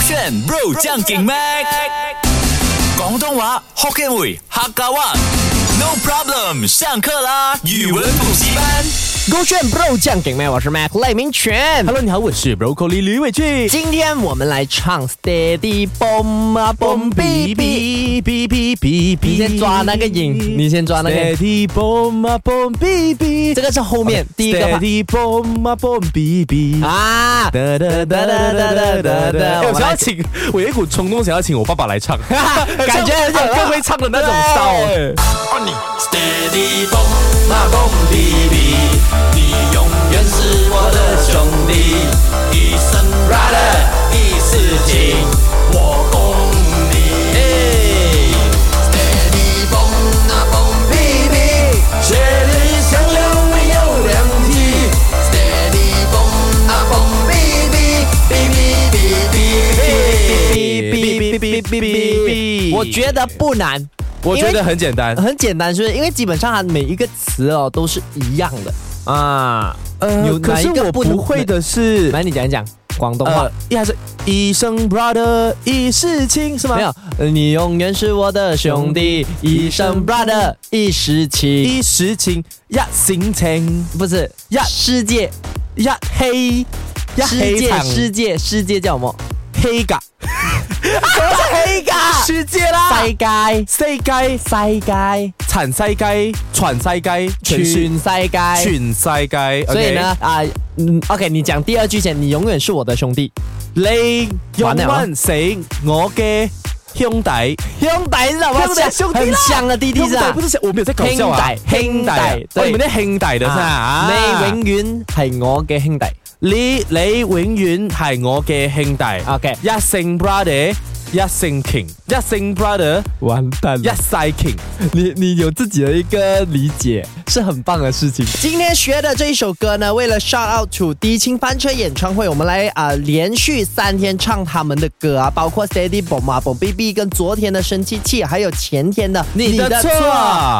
选 Bro 将劲 Mac，广东话 Hokkien 语客家话。No problem，上课啦！语文补习班。勾选 Bro 酱给妹，我是 Mac 赖明全。 Hello，你好，我是 Broccoli 李伟俊。今天我们来唱 Steady Boom 啊 Boom Baby。哔哔哔哔，你先抓那个音你先抓那个音 Steady boom 啊 boom 哔哔，这个是后面哦 OK，第一个吧 Steady boom 啊 boom 哔哔。啊！哒哒哒哒哒哒哒哒！我我们想来要请，我有一股冲动想要请我爸爸来唱，感觉很有像更会唱的那种 style。对 Steady 蹦马蹦比比，你永远是我的兄弟，一生 brother 一世情，我供你。Steady 蹦啊蹦比比，雪里香料没有凉气。Steady 蹦啊蹦比比，比比比比比。哔哔哔哔哔哔哔，我觉得不难，我觉因为得很简单很简单，是不是？因为基本上它每一个词哦都是一样的啊。有呃可哪是一个我能不会，的是来你讲一讲广东话呃。，一还是一生 brother 一世情是吗？没啊有，呃你永远是我的兄弟，一生 brother 一时情，一时情，一心情，不是呀世界一黑，一世黑界场世界世界叫什么？黑噶，世界世界啦，世界世界，世界全世界，全世界，全世全世界。全世界，所以呢，啊，嗯，OK，你讲第二句前，你永远是我的兄弟， OK，你完永了啊远是我嘅兄弟，兄弟是什兄弟兄弟很啦香的弟弟兄是弟吧不？是我没有在搞笑啊，兄弟兄弟啊兄弟，哦对你们啲兄弟的是啊，你永远系我嘅兄弟。你你永遠係我嘅兄弟。 OK 一姓 brother，一姓 king，一姓 brother，完蛋一世 king。你你有自己的一个理解，是很棒的事情。今天学的这一首歌呢，为了 shout out to 低清翻车演唱会，我们来啊、呃连续三天唱他们的歌啊，包括 Steady Boom 啊 Boom BB 跟昨天的生气气，还有前天的你的错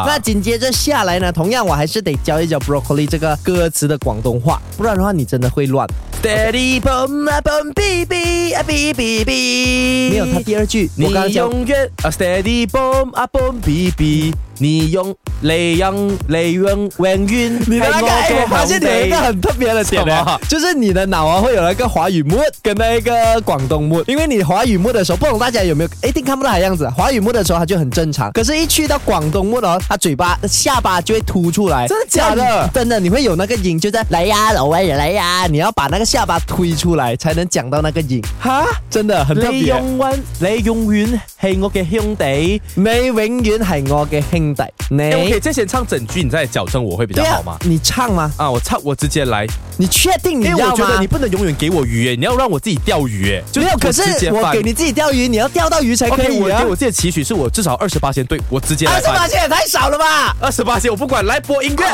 那紧接着下来呢，同样我还是得教一教 Broccoli 这个歌词的广东话，不然的话你真的会乱。 Daddy boom 啊 boom baby 啊 b b b 没有，他第二句我你刚刚讲永遠啊 steady boom 啊 boom baby，你永你永你永永遠你的係那个，我哎，我嘅发现你有一个兄弟很特别的点什呢么，就是你的脑啊会有那个华语 mood 跟那个广东 mood，因为你华语 mood 的时候，不懂大家有没有一定看不到他的样子啊，华语 mood 的时候他就很正常，可是一去到广东 mood 哦，他嘴巴下巴就会凸出来，真的假的这样真的，你会有那个音，就在来呀老外人来呀，你要把那个下巴推出来才能讲到那个音，哈。真的很特你别。永遠你永遠係我嘅兄弟。你永远系我嘅兄弟，哎、我可以你啊再先唱整句，你再矫正我会比较好吗？你唱吗？啊，我唱，我直接来，你确定你因为我要觉吗得你？不能永远给我鱼，哎你要让我自己钓鱼，哎，就没有，可是直接我翻给你自己钓鱼，你要钓到鱼才可 OK，以我啊给。我自己的期许是我至少二十八先，对我直接二来十八翻。线也太少了吧？二十八先，我不管，来播音乐。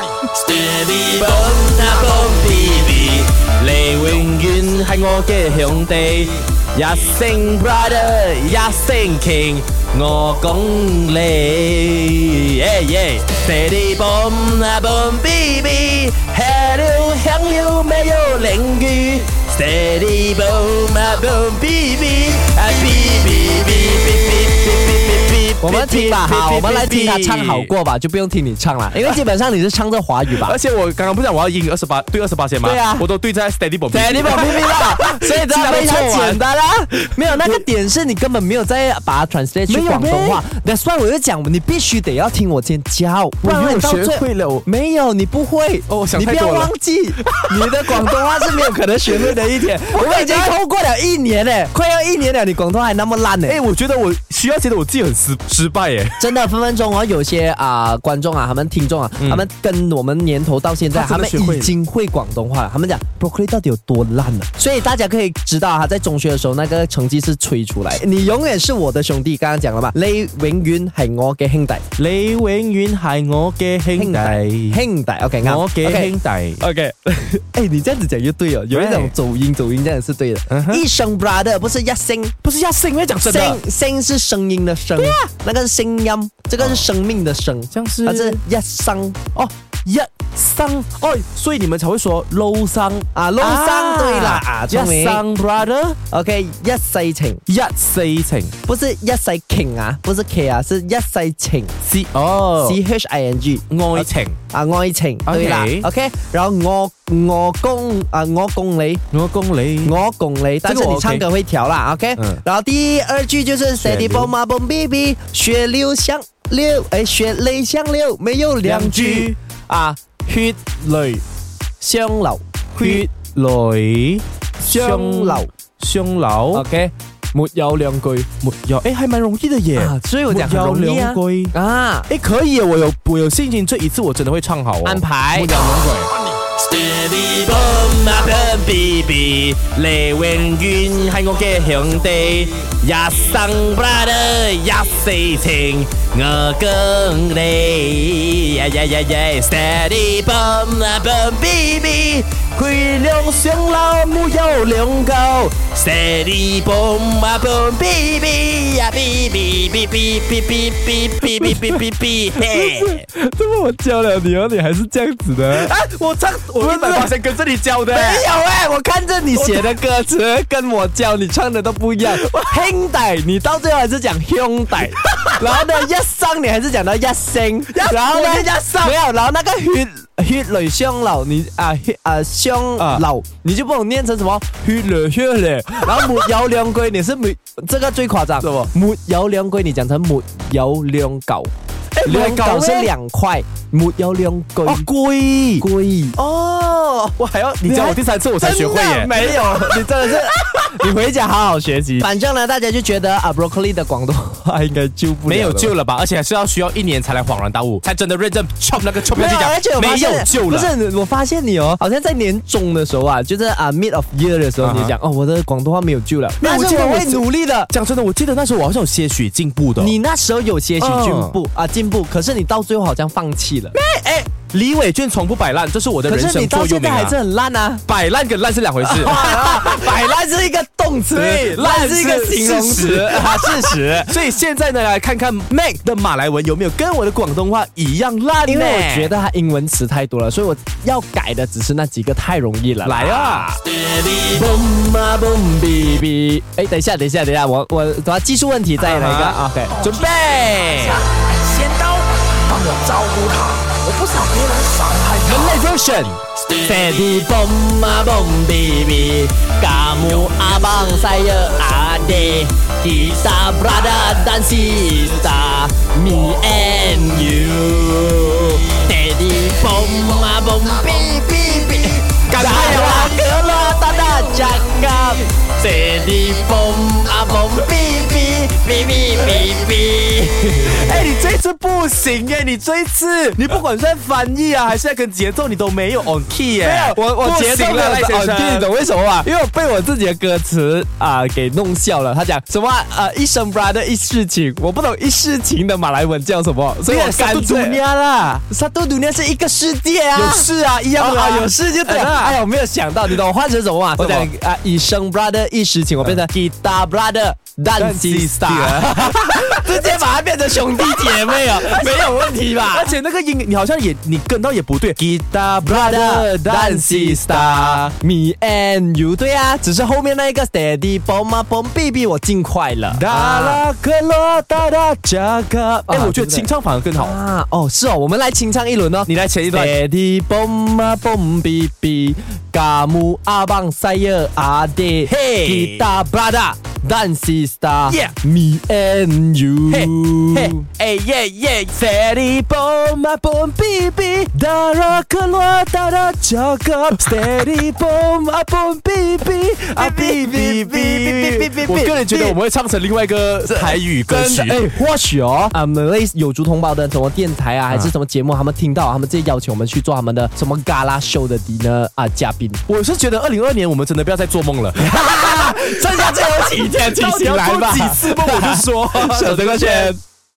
Steady bum na bum bee bee. 你永远系我嘅兄弟，一声 Dạ brother，一 Dạ 声 king，我讲你，耶耶，地地蹦啊蹦 baby，吃了香了没有淋雨，地地蹦啊蹦 baby，啊 baby baby baby baby baby，我们听吧，好，我们来听他唱好。过吧，就不用听你唱了，因 为基本上你是唱这华语吧而。且我刚刚不是讲我要赢二十八啊对二十八先吗？对啊我都对在 steady 蹦。对， 你把 咪咪啦，所以这非常简单啦。没有那个点是你根本没有在把它 translate 去没有广东话咩。 That's why 我就讲，你必须得要听我先教，不然你到最了，我没有，你不会哦我想你不太要多了忘 记，你的广东话是没有可能学会的一点。 我们已经通过了一年嘞，快要一年了，你广东话还那么烂呢哎、。我觉得我需要觉得我自己很失失败耶。真的分分钟哦，有些啊、观众啊，他们听众啊，他们跟我们年头到现在，他嗯他真们的学会已了经会广东话了。他们讲 broccoli 到底有多烂了、所以大家可以知道啊他在中学的时候那个成绩是吹出来。你永远是我的兄弟，刚刚讲了嘛，你永远系我嘅兄弟，你永遠係我嘅兄弟，兄弟，OK 啱，我嘅兄哎弟。 OK，哎，你这样子讲就对了，有一种走音，走音这样是对的。一声 brother 不是一声，不是要因为讲嗯真啊声，声是声音的声，那个是声音，这个是生命的生，哦像是它是一声哦，一桑哦，所以你们才会说 low 桑啊，low 桑对啦啊聪明一桑 brother OK，一世情一世情不是一世 king 啊，不是 K 啊，是一世情是哦 C H I N G 愛情，啊愛情 OK 對啦，OK，然後我我供啊我供你。我供你我拱雷，但是这个你我唱 OK 歌会调啦，OK 嗯。然后第二句就是血 Steady 流 bomb a bomb baby，血流像流，哎，血泪像流，没有两句啊，血泪相流，血淚相流相流， ，OK，没有兩句沒有誒，還蠻容易的耶，啊，所以我讲很容易啊沒有兩句啊，誒，可以耶，我有我有信心，这一次我真的会唱好哦。安排。 Steady boom 啊 boom B B，你永遠係我嘅兄弟，一生 Dạ brother dạ 一世情，我跟你，呀呀呀呀，steady boom 啊 boom B B，佢兩上樓冇有兩高，steady boom 啊 boom B B 呀 B B B B B B B B B B B B，嘿， 这么我教了你哦，你还是这样子 的。啊，我唱我一百八跟这里教的没有哎、我看着你写的歌词跟我教你唱的都不一 样。兄弟，你到最后还是讲兄 弟，然后呢，一生你还是讲到一生，然后呢我是一生没有，然后那个血血泪相流，你啊血啊相啊流，你就不懂念成什么血泪血泪，然后没有两句你是没这个最夸张，什么没有两句你讲成没有两狗，没有两狗狗是咩两块，哎没有两句哦，贵。贵。哦，我还 要你教教我我第第三次我才学会真的耶， 没有，你真的是， 你回家好好 学习。反正呢，大家就觉得啊，broccoli 的广东话应该救不了了没有救了吧？而且还是要需要一年才来恍然大悟，才真的认真 chop 那个 chop 没那有，而去且我讲，发没现有救了。不是，我发现你哦，好像在年终的时候啊，就是啊 mid of year 的时候，啊哈你讲哦，我的广东话没有救了，没但有我是记得我我哦会是努力的。讲真的，我记得那时候我好像有些许进步的。哦你那时候有些许进步啊，进步，可是你到最后好像放弃了，哎，李伟俊从不摆烂，这是我的可人是生你到座右现铭在还啊是。很烂啊。摆烂跟烂是两回事， 摆烂是一个动词对，烂是一个烂是形容事词实 啊，事实。 所以现在呢，来看看 Mac 的马来文有没有跟我的广东话一样烂呢？因为我觉得它英文词太多了，所以我要改的只是那几个太容易了。来啊， Steady ，boom 啊 boom b b，哎，等一下，等一下，等一下，我我等下技术问题再来一个啊哈，OK。准备。仙刀帮我照顾他，我不想别人伤害他。人类 version， Steady boom 啊 boom baby，嘎姆阿邦塞尔阿爹，kita brada dan kita me and you。Daddy bom a bom bi bi bi，感加慨油了啊啊！格罗大大加嘎，Daddy bom a bom bi bi bi bi bi bi。哎，你这一次不行哎，你这一次你不管是在翻译啊，还是在跟节奏，你都没有 on key 哎。我我不节奏行没有了，赖先哦生。对，你懂为什么吗？因为我被我自己的歌词啊、给弄笑了。他讲什么啊呃一生 brother 一世情，我不懂一世情的马来文叫什么，所以我三对，satu 岁。啦，沙多努尼是一个世界啊，有事啊，一样啊的啊啊，有事就对了。哎哎呀，我没有想到，你懂我换成什么吗？我什讲么啊一生 brother 一世情，我变成 guitar brother dance star，直接把它变成兄弟姐妹 啊，没有问题吧而？且那个音你好像也你跟到也哎不对，guitar Brother brother Dance Star dance star。 Me and You，对啊，只是后面那一个 Steady Bomb 啊 Bomb Baby 我尽快了。达啊拉格罗达拉加嘎，Ah 哎，对不我觉对得清唱反而更好。啊哦，是哦，我们来清唱一轮哦。你来前一段， Steady Bomb 啊 Bomb Baby，嘎木阿棒塞尔阿爹，嘿 Guitar Brother Dance Yeah Star，Me and 嘿 You，嘿，哎耶耶，steady boom my boom baby，达拉格罗达拉加嘎，steady boom my boom baby，啊 baby baby，我个人觉得我们会唱成另外一个台语歌曲真。的哎，或许哦，啊，马来有族同胞的什么电台啊，还是什么节目，他们听到，他们直接邀请我们去做他们的什么 gala show 的 dinner 啊嘉宾。我是觉得二零二年我们真的不要再做梦 了， 剩下最后几天，，到底要做几次梦我就说 舍得个圈。